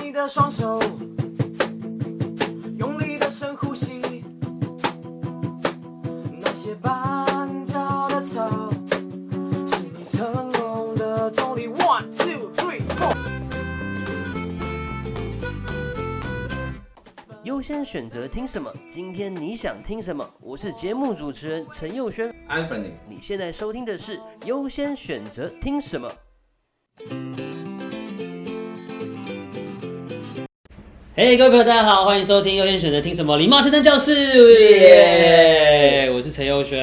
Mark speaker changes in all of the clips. Speaker 1: 你的双手，用力的深呼吸。那些绊倒的草，是你成功的动力。One two three four。
Speaker 2: 优先选择听什么？今天你想听什么？我是节目主持人陈佑轩，
Speaker 3: Anthony，
Speaker 2: 你现在收听的是优先选择听什么。嘿、各位朋友，大家好，欢迎收听优先选择听什么礼貌先生教室，耶、
Speaker 3: 耶
Speaker 2: 我是陈佑轩，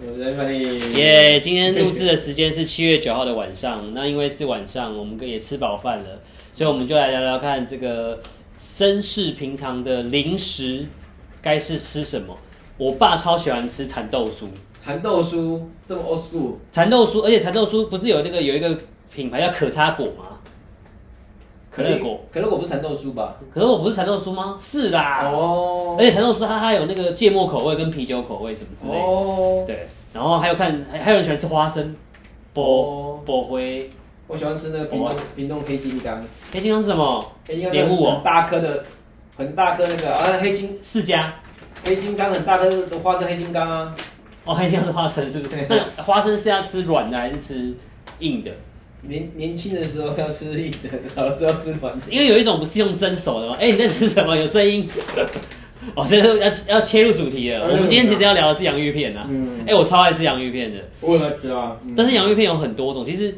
Speaker 3: 我是 Anthony，
Speaker 2: 耶、今天录制的时间是七月九号的晚上，那因为是晚上，我们也吃饱饭了，所以我们就来聊聊看这个绅士平常的零食该是吃什么。我爸超喜欢吃蚕豆酥，
Speaker 3: 蚕豆酥这么 old school，
Speaker 2: 蚕豆酥，而且蚕豆酥不是有那个有一个品牌叫可擦果吗？可乐果，，
Speaker 3: 可乐果不是蚕豆酥吧？
Speaker 2: 可是我不是蚕豆酥吗？是啦，
Speaker 3: 哦
Speaker 2: 而且蚕豆酥它它有那个芥末口味跟啤酒口味什么之类的，
Speaker 3: 哦，
Speaker 2: 对，然后还有看还还有人喜欢吃花生，波
Speaker 3: 哦
Speaker 2: 波灰，
Speaker 3: 我喜欢吃那个冰
Speaker 2: 哦
Speaker 3: 冻冰冻黑金刚，
Speaker 2: 黑金刚是什么？
Speaker 3: 黑金刚
Speaker 2: 莲雾
Speaker 3: 是很
Speaker 2: 哦，
Speaker 3: 大颗的，很大颗那个啊，黑金
Speaker 2: 释迦，
Speaker 3: 黑金刚很大颗的花生黑金刚啊，
Speaker 2: 哦，黑金刚是花生是不是？那花生是要吃软的还是吃硬的？
Speaker 3: 年年轻的时候要吃硬的， 老了之后吃软的。
Speaker 2: 因为有一种不是用蒸熟的吗？哎、你在吃什么？有声音。 哦，现在要要切入主题了。
Speaker 3: 哎
Speaker 2: 我们今天其实要聊的是洋芋片啊。
Speaker 3: 嗯
Speaker 2: 哎、，我超爱吃洋芋片的，
Speaker 3: 我也知道，嗯
Speaker 2: 但是洋芋片有很多种。其实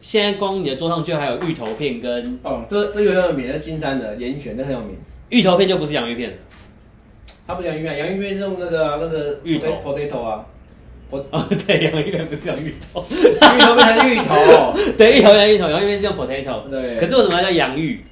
Speaker 2: 现在光你的桌上就还有芋头片跟
Speaker 3: 哦，这这个很有名，那是金山的严选，那很有名。
Speaker 2: 芋头片就不是洋芋片了。
Speaker 3: 它不是洋芋片，洋芋片是用那个啊那个
Speaker 2: 芋头
Speaker 3: potato 啊，pot-
Speaker 2: 哦，对，洋芋片不是洋芋头，
Speaker 3: 芋头变成芋头。
Speaker 2: 对，芋头洋芋头，洋芋片是用 potato。
Speaker 3: 对
Speaker 2: 可是为什么要叫洋芋？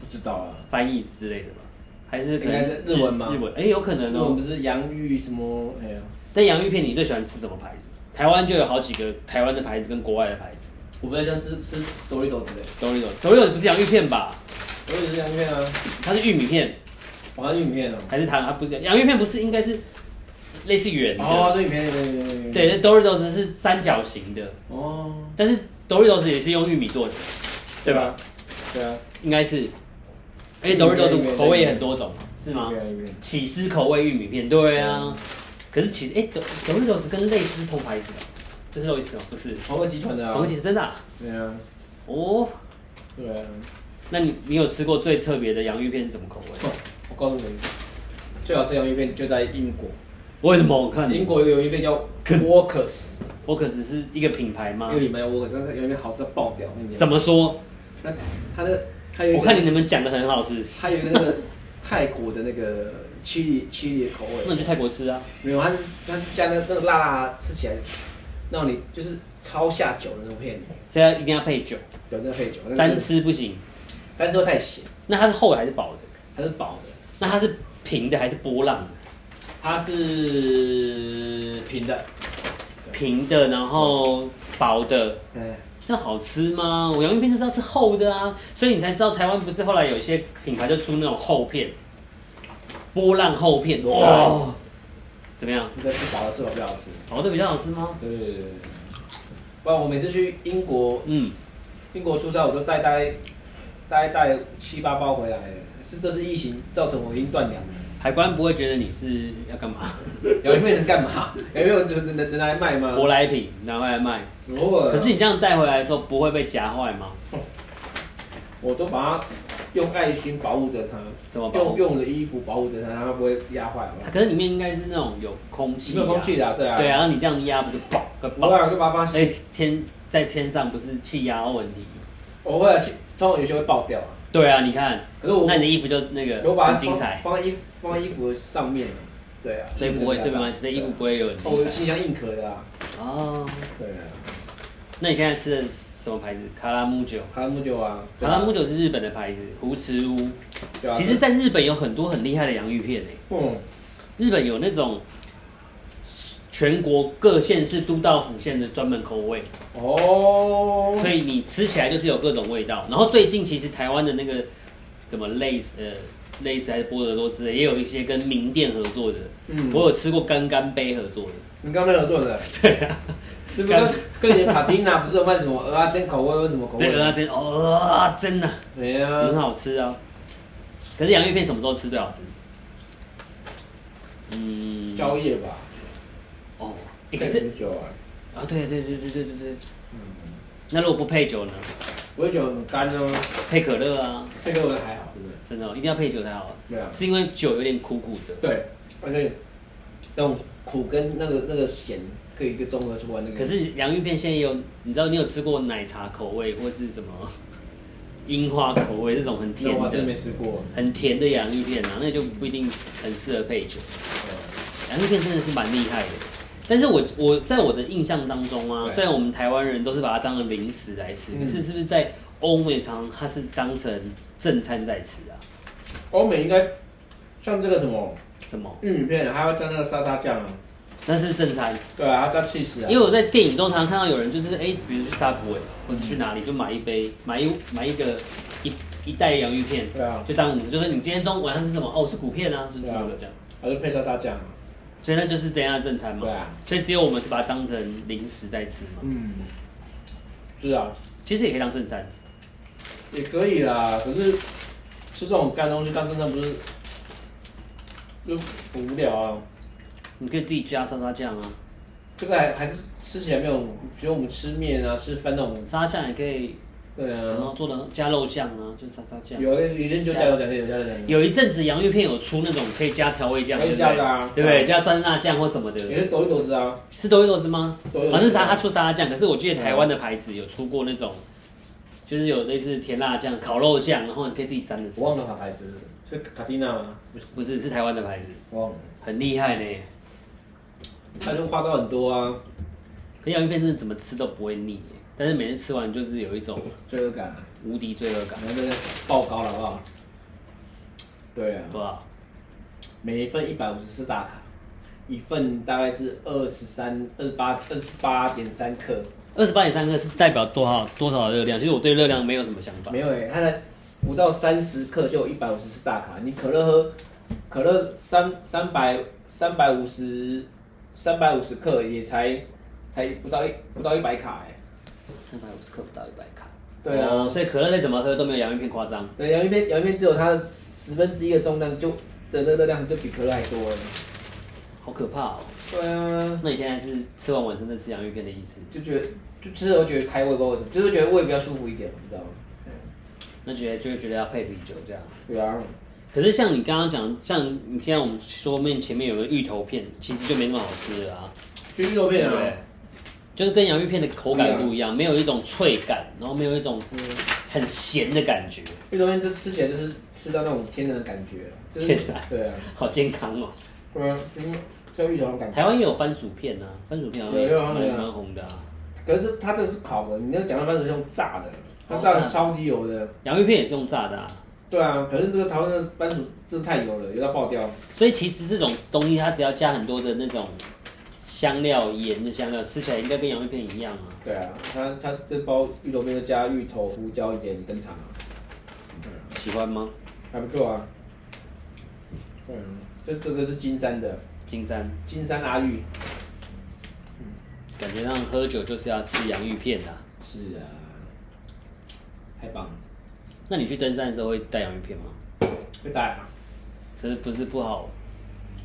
Speaker 3: 不知道啊，
Speaker 2: 翻译之类的吧？还是可能
Speaker 3: 应该是日文吗
Speaker 2: 日文，哎、有可能
Speaker 3: 那我
Speaker 2: 哦
Speaker 3: 们不。是洋芋什么？哎呀，
Speaker 2: 但洋芋片你最喜欢吃什么牌子？台湾就有好几个台湾的牌子跟国外的牌子。
Speaker 3: 我不太像吃吃多利多之类的，
Speaker 2: 抖抖抖抖不是洋芋片吧？
Speaker 3: 我也是洋芋片啊，
Speaker 2: 它是玉米片
Speaker 3: 我还是玉米片哦。
Speaker 2: 还是糖？它不是洋芋片，不是应该是类似圆的？
Speaker 3: 哦，对，玉米片，对对对对
Speaker 2: 对，那 Doritos 是三角形的，
Speaker 3: 哦，
Speaker 2: 但是 Doritos 也是用玉米做的，对吧？？
Speaker 3: 对啊，
Speaker 2: 应该是，而且
Speaker 3: 玉米片玉米
Speaker 2: Doritos
Speaker 3: 片
Speaker 2: 口味也很多种嘛，是吗
Speaker 3: 对？啊，玉米片。
Speaker 2: 起司口味玉米片，对啊
Speaker 3: 嗯。
Speaker 2: 可是其实，哎、d o r i t o s 跟类似是同牌子的，这是肉意思吗？不是，
Speaker 3: 黄河集团的啊，
Speaker 2: 黄金是真的啊、
Speaker 3: 对啊，
Speaker 2: 哦。
Speaker 3: 对啊。
Speaker 2: 那你你有吃过最特别的洋芋片是什么口味？
Speaker 3: 哦我告诉你，最好吃洋芋片就在英国，
Speaker 2: 为什么？我看
Speaker 3: 英国有洋芋片叫 Workers，
Speaker 2: 我可只是一个品牌吗
Speaker 3: 那个？品牌叫 Workers，那个洋芋片好吃到爆掉，我跟你讲。
Speaker 2: 啊怎
Speaker 3: 么？
Speaker 2: 么说？
Speaker 3: 那它那个它有一
Speaker 2: 我
Speaker 3: 个
Speaker 2: 看你能不能讲的很好吃，
Speaker 3: 它有一个那个泰国的那个 chili chili 的口味。
Speaker 2: 那你去泰国吃啊。
Speaker 3: 没有，它是它加那那个辣辣吃起来，让你就是超下酒的那种片，
Speaker 2: 所以要一定要配酒，
Speaker 3: 有这个配酒，但是
Speaker 2: 单吃不行。
Speaker 3: 单吃会太咸，
Speaker 2: 那它是厚的还是薄的？
Speaker 3: 它是薄的，
Speaker 2: 那它是平的还是波浪的？
Speaker 3: 它是平的，
Speaker 2: 平的，然后薄的，
Speaker 3: 嗯，
Speaker 2: 那好吃吗？我洋芋片就是要吃厚的啊，所以你才知道台湾不是后来有一些品牌就出那种厚片，波浪厚片
Speaker 3: 波浪
Speaker 2: 哦，怎么样？
Speaker 3: 你再吃薄的吃法不好吃，
Speaker 2: 薄的比较好吃吗？
Speaker 3: 对对对对。不然我每次去英国
Speaker 2: 嗯，
Speaker 3: 英国出差，我都带大概大概带七八包回来，哎是这次疫情造成我已经断粮了。
Speaker 2: 海关不会觉得你是要干嘛？
Speaker 3: 有一片能干嘛？ 有一片能能能来卖吗？
Speaker 2: 舶来品拿回来卖，
Speaker 3: 如果
Speaker 2: 可是你这样带回来的时候不会被夹坏吗？
Speaker 3: 我都把它用爱心保护着它，
Speaker 2: 怎么保护
Speaker 3: 用用我的衣服保护着它，它不会压坏，好不好？
Speaker 2: 可是里面应该是那种有空气、
Speaker 3: 没有空气的啊，对啊，
Speaker 2: 对啊，，哎然后你这样压不就爆？会
Speaker 3: 我
Speaker 2: 爆！
Speaker 3: 啊就把它放
Speaker 2: 所以天在天上不是气压问题？
Speaker 3: 我会啊，其通常有些会爆掉啊，
Speaker 2: 对啊，你看，
Speaker 3: 可是我
Speaker 2: 那你的衣服就那个
Speaker 3: 我把
Speaker 2: 很
Speaker 3: 它
Speaker 2: 精
Speaker 3: 放
Speaker 2: 彩，
Speaker 3: 放在衣服放在衣服上面，对啊，
Speaker 2: 所以不会，
Speaker 3: 这
Speaker 2: 这没关系，这衣
Speaker 3: 啊
Speaker 2: 服不会有问
Speaker 3: 我
Speaker 2: 题。
Speaker 3: 形象硬壳的啊，
Speaker 2: 哦，
Speaker 3: 对啊，
Speaker 2: 那你现在吃的什么牌子？卡拉姆酒，
Speaker 3: 卡拉木酒啊，
Speaker 2: 卡拉姆酒是日本的牌子，胡池屋。
Speaker 3: 对啊，
Speaker 2: 其实，在日本有很多很厉害的洋芋片诶、欸
Speaker 3: 嗯，
Speaker 2: 日本有那种全国各县市都道府县的专门口味，
Speaker 3: 哦，
Speaker 2: 所以你吃起来就是有各种味道。然后最近其实台湾的那个什么类似呃类似还是波德多之类，也有一些跟名店合作的。
Speaker 3: 嗯
Speaker 2: 我有吃过干干杯合作的，
Speaker 3: 你刚刚那有做的，
Speaker 2: 对啊，
Speaker 3: 这不跟跟以前卡丁娜不是有卖什么鹅啊煎口味或什么口味？
Speaker 2: 对，鹅啊真哦，鹅啊真的、
Speaker 3: 哎呀，
Speaker 2: 很好吃啊。可是洋芋片什么时候吃最好吃？嗯，
Speaker 3: 宵夜吧，
Speaker 2: 哦，欸、可
Speaker 3: 配
Speaker 2: 是
Speaker 3: 啤酒啊，
Speaker 2: 啊，对对对对对对对，
Speaker 3: 嗯，
Speaker 2: 那如果不配酒呢？
Speaker 3: 我也觉得很干哦，
Speaker 2: 配可乐啊，
Speaker 3: 这个我觉得还好，对不对？
Speaker 2: 真的、哦、一定要配酒才好啊。
Speaker 3: 对啊
Speaker 2: 是因为酒有点苦苦的。
Speaker 3: 对，而且那种苦跟那个那个咸可以一个综合出来那个。
Speaker 2: 可是洋芋片现在也有，你知道你有吃过奶茶口味或是什么樱花口味这种很
Speaker 3: 那
Speaker 2: 甜
Speaker 3: 我还真没
Speaker 2: 的、
Speaker 3: 吃过，
Speaker 2: 很甜的洋芋片啊，那就不一定很适合配酒。洋芋片真的是蛮厉害的，但是我我在我的印象当中啊，
Speaker 3: 对
Speaker 2: 虽然我们台湾人都是把它当成零食来吃，
Speaker 3: 嗯
Speaker 2: 可是是不是在欧美常它是当成正餐在吃啊？
Speaker 3: 欧美应该像这个什么
Speaker 2: 什么？
Speaker 3: 玉米片，还要加那个沙沙酱啊，
Speaker 2: 那是正餐，
Speaker 3: 对啊，还要加 cheese 啊，
Speaker 2: 因为我在电影中常常看到有人就是哎、比如去沙普尾或者去哪里就买一杯买一买一个一一袋洋芋片，
Speaker 3: 对啊，
Speaker 2: 就当午就说你今天中午晚上吃什么？哦，是骨片啊，就是这个这样，
Speaker 3: 还是配沙沙酱啊，
Speaker 2: 所以那就是这样的正餐嘛
Speaker 3: 对。啊，
Speaker 2: 所以只有我们是把它当成零食在吃嘛，
Speaker 3: 嗯，是啊，
Speaker 2: 其实也可以当正餐。
Speaker 3: 也可以啦，可是吃这种干东西当真的不是就很无聊啊。
Speaker 2: 你可以自己加沙拉酱啊，
Speaker 3: 这个还还是吃起来没有，觉得我们吃面啊、吃饭那种，
Speaker 2: 沙拉酱也可以，
Speaker 3: 对
Speaker 2: 然
Speaker 3: 啊，
Speaker 2: 后做的加肉酱啊，就是沙拉酱。
Speaker 3: 有的以前就加油讲的，有加油讲的，
Speaker 2: 有一阵子洋芋片有出那种可以加调味酱，
Speaker 3: 可
Speaker 2: 对
Speaker 3: 以
Speaker 2: 不
Speaker 3: 加
Speaker 2: 对
Speaker 3: 的啊？
Speaker 2: 对不对？加酸辣酱或什么的，
Speaker 3: 也是抖一抖子啊，
Speaker 2: 是多一多汁吗？
Speaker 3: 抖一抖子啊
Speaker 2: 反正啥它出沙拉酱，可是我记得台湾的牌子有出过那种，就是有类似甜辣酱、烤肉酱，然后你可以自己沾着吃
Speaker 3: 我。忘了啥牌子，是卡蒂娜吗？不是，
Speaker 2: 不是，是台湾的牌子，
Speaker 3: 忘了，
Speaker 2: 很厉害呢。
Speaker 3: 它就花招很多啊，
Speaker 2: 可洋芋片真的怎么吃都不会腻耶，但是每次吃完就是有一种
Speaker 3: 罪恶感啊，
Speaker 2: 无敌罪恶感，
Speaker 3: 然后真的爆高了，好不好？对啊，
Speaker 2: 好不好？
Speaker 3: 每一份一百五十四大卡，一份大概是二十三、二十八、二十八点三克。
Speaker 2: 二十八点三克是代表多少多少的热量？其实我对热量没有什么想法
Speaker 3: 没。有哎、它才不到三十克就有一百五十四大卡。你可乐喝，可乐三三百三百五十三百五十克也才才不到一不到一百卡哎、
Speaker 2: 三百五十克不到一百卡。
Speaker 3: 对啊
Speaker 2: 哦所以可乐再怎么喝都没有洋芋片夸张。
Speaker 3: 对，洋芋片洋芋片只有它十分之一的重量就的热热量就比可乐还多哎、
Speaker 2: 好可怕哦！
Speaker 3: 对啊，
Speaker 2: 那你现在是吃完晚餐再吃洋芋片的意思？
Speaker 3: 就觉得就吃了我觉得开胃，不知道为什么，就是觉得胃比较舒服一点，你知道吗？
Speaker 2: 那觉得就会觉得要配啤酒这样。
Speaker 3: 对啊，
Speaker 2: 可是像你刚刚讲，像你现在我们桌面前面有个芋头片，其实就没那么好吃了啊，
Speaker 3: 就芋头
Speaker 2: 对
Speaker 3: 片
Speaker 2: 不对
Speaker 3: 啊，？
Speaker 2: 就是跟洋芋片的口感不一样，没有一种脆感，然后没有一种
Speaker 3: 嗯
Speaker 2: 很咸的感觉，
Speaker 3: 芋头片就吃起来就是吃到那种天然的感觉，就是
Speaker 2: 天然
Speaker 3: 对啊，
Speaker 2: 好健康哦。
Speaker 3: 对啊，就是吃芋头的感觉。
Speaker 2: 台湾也有番薯片啊，番薯片好像也
Speaker 3: 有有有
Speaker 2: 蛮
Speaker 3: 有
Speaker 2: 蛮红的啊。
Speaker 3: 可是它这个是烤的，你那个讲到番薯是用炸
Speaker 2: 哦
Speaker 3: 的，它炸的超级油的。
Speaker 2: 洋芋片也是用炸的啊，
Speaker 3: 对啊，可是这个台湾的番薯真的太油了，油到爆掉。
Speaker 2: 所以其实这种东西它只要加很多的那种香料、盐的香料，吃起来应该跟洋芋片一样啊。
Speaker 3: 对啊，它它这包芋头面就加芋头、胡椒、盐跟糖，
Speaker 2: 喜欢吗？
Speaker 3: 还不错啊。对啊，这这个是金山的
Speaker 2: 金山，
Speaker 3: 金山阿玉。
Speaker 2: 感觉上喝酒就是要吃洋芋片啊。
Speaker 3: 是啊，太棒了，
Speaker 2: 那你去登山的时候会带洋芋片吗？
Speaker 3: 会带啊？
Speaker 2: 可是不是不好，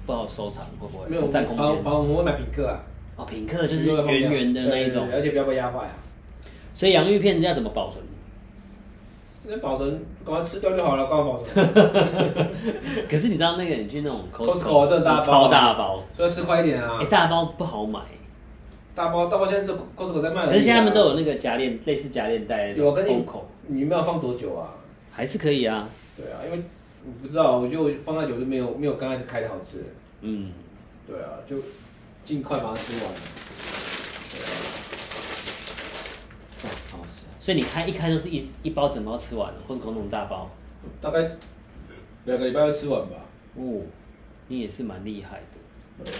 Speaker 2: 不好收藏，会不会
Speaker 3: 没有，
Speaker 2: 占空
Speaker 3: 反反
Speaker 2: 间？
Speaker 3: 反我们会买品客啊，
Speaker 2: 哦，品客就是圆圆的那一种
Speaker 3: 对对对，而且不要被压坏啊。
Speaker 2: 所以洋芋片要怎么保存？
Speaker 3: 那保存赶快吃掉就好了，干嘛保存？
Speaker 2: 可是你知道那个你去那种
Speaker 3: Costco 这大包
Speaker 2: 超大包，
Speaker 3: 所以吃快一点啊
Speaker 2: 哎、。大包不好买，
Speaker 3: 大包大包现在是 Costco 在卖而已啊、
Speaker 2: 可是现在他们都有那个夹链，类似夹链袋
Speaker 3: 有我啊跟
Speaker 2: 封
Speaker 3: 你
Speaker 2: 口，
Speaker 3: 你没有放多久啊？
Speaker 2: 还是可以啊。
Speaker 3: 对啊，因为我不知道，我就放太久就没有没有刚开始开的好吃。
Speaker 2: 嗯，
Speaker 3: 对啊，就尽快把它吃完。啊对啊，哦好好吃啊，
Speaker 2: 所以你开一开就是一一包整包吃完了，Costco 那种大包，
Speaker 3: 大概两个礼拜就吃完吧。
Speaker 2: 哦，你也是蛮厉害的。
Speaker 3: 对啊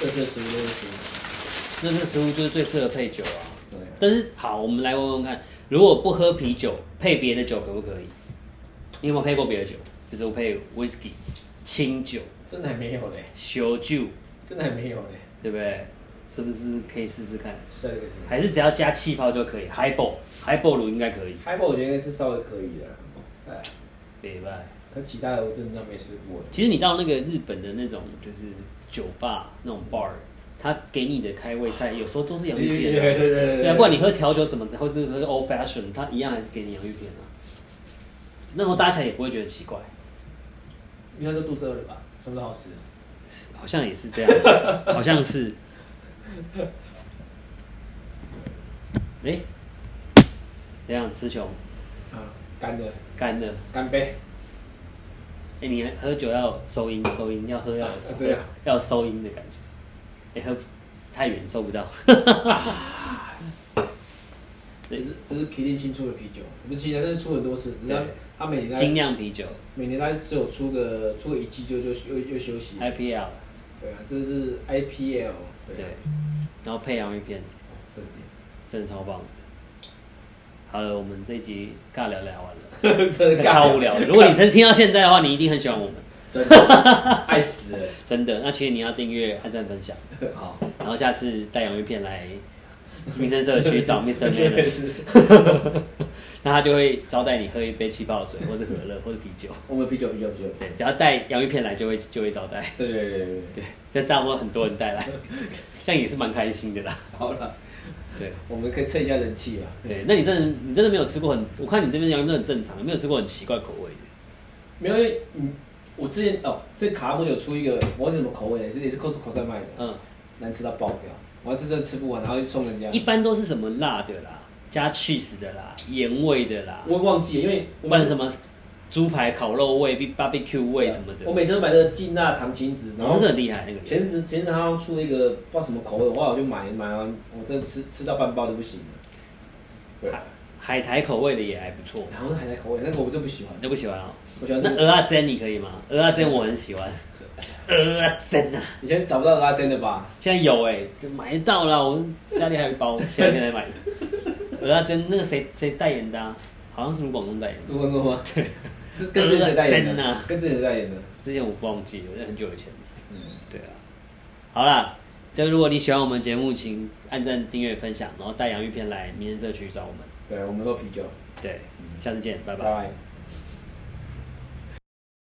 Speaker 3: 这次食物都是食物。
Speaker 2: 那这个食物就是最适合配酒啊。
Speaker 3: 对啊，
Speaker 2: 但是好，我们来问问看，如果不喝啤酒，配别的酒可不可以？你有没有配过别的酒？就是我配 whisky、清酒、
Speaker 3: 真的还没有嘞，
Speaker 2: 小酒、
Speaker 3: 真的还没有嘞。
Speaker 2: 对不对？是不是可以试试看？
Speaker 3: 下一个是什么
Speaker 2: 还是只要加气泡就可以？Highball Highball 乳应该可以，
Speaker 3: ？Highball 我觉得应该是稍微可以的啦，哎，
Speaker 2: 对吧？
Speaker 3: 可其他的我真的没试过。
Speaker 2: 其实你到那个日本的那种就是酒吧那种 bar，他给你的开胃菜有时候都是洋芋片、啊，
Speaker 3: 对对
Speaker 2: 对啊，不管你喝调酒什么的，或是喝 old fashion，他一样还是给你洋芋片啊。那时候搭起来也不会觉得奇怪，
Speaker 3: 因为那时候肚子饿了吧，什么都好吃。
Speaker 2: 好像也是这样，好像是。 哎、怎样词穷
Speaker 3: 啊，干的，
Speaker 2: 干了。
Speaker 3: 干杯。
Speaker 2: 哎、你喝酒要有收音，收音要喝要有
Speaker 3: 啊对啊
Speaker 2: 要有收音的感觉。哎、喝太远收 不到。啊
Speaker 3: 这是这是麒麟新出的啤酒，不是麒麟，它是出很多次，只是它
Speaker 2: 对
Speaker 3: 它每年
Speaker 2: 精
Speaker 3: 它
Speaker 2: 酿啤酒
Speaker 3: 每年它只有出个出个一季就就又又休息。
Speaker 2: IPL，
Speaker 3: 对啊，这是 IPL，
Speaker 2: 哎对
Speaker 3: 啊，，
Speaker 2: 然后配洋芋片，
Speaker 3: 正
Speaker 2: 真的超棒的。好了，我们这一集尬聊聊完了。
Speaker 3: 点， 真的
Speaker 2: 超无聊的。如果你真听到现在的话，你一定很喜欢我们，
Speaker 3: 真的爱死了，
Speaker 2: 真的。那请你要订阅、按赞、分享，好。然后下次带洋芋片来民生社区 找 Mr.
Speaker 3: 真的
Speaker 2: Leonard，
Speaker 3: 是。
Speaker 2: 那他就会招待你喝一杯气泡水，或是可乐，或是啤酒。
Speaker 3: 我们啤酒啤酒啤酒，
Speaker 2: 对，只要带洋芋片来，就会就会招待。
Speaker 3: 对对对对对，
Speaker 2: 对，就大部分很多人带来，这样也是蛮开心的啦。
Speaker 3: 好了，
Speaker 2: 对
Speaker 3: 我们可以蹭一下人气吧。
Speaker 2: 对，那你真的你真的没有吃过很，我看你这边洋芋片很正常，没有吃过很奇怪口味的。
Speaker 3: 没有，因为嗯，我之前哦，这卡拉姆酒出一个，我忘记什么口味了，也是也是 Costco 在卖的，
Speaker 2: 嗯，
Speaker 3: 难吃到爆掉，我还是真的吃不完，然后就送人家
Speaker 2: 一。般都是什么辣的啦，加 cheese 的啦，盐味的啦，
Speaker 3: 我忘记了，因为我
Speaker 2: 不然
Speaker 3: 每
Speaker 2: 什么猪排、烤肉味、B B B Q 味什么的，
Speaker 3: 我每次都买那个劲辣糖心子，然
Speaker 2: 然后
Speaker 3: 后
Speaker 2: 那个很厉害，那个厉害
Speaker 3: 前阵子前阵子他出了一个不知道什么口味，哇，我就买买完，我真的吃吃到半包就不行了。对，
Speaker 2: 海海苔口味的也还不错，
Speaker 3: 然后是海苔口味，那个我就不喜欢
Speaker 2: 你，都不喜欢哦。
Speaker 3: 我喜欢那
Speaker 2: 那
Speaker 3: 个
Speaker 2: 鹅啊煎你可以吗？鹅啊煎我很喜欢，鹅啊煎啊，
Speaker 3: 以前找不到鹅啊煎 的吧？
Speaker 2: 现在有哎、就买得到啦，我们家里还有一包，前两天才买的。鹅啊煎那个谁谁代言的、啊？好像是卢广仲代言的，
Speaker 3: 如果如果，这 跟之前谁 代
Speaker 2: 鹅啊
Speaker 3: 言
Speaker 2: 煎
Speaker 3: 的
Speaker 2: 啊？
Speaker 3: 跟之前谁代言的？
Speaker 2: 之前我忘记了，那很久以前了。
Speaker 3: 嗯，
Speaker 2: 对啊，好啦，就如果你喜欢我们节目，请按赞、订阅、分享，然后带洋芋片来民生社区找我们。
Speaker 3: 对，我们喝啤酒，
Speaker 2: 对，下次见，拜拜。
Speaker 3: 拜拜。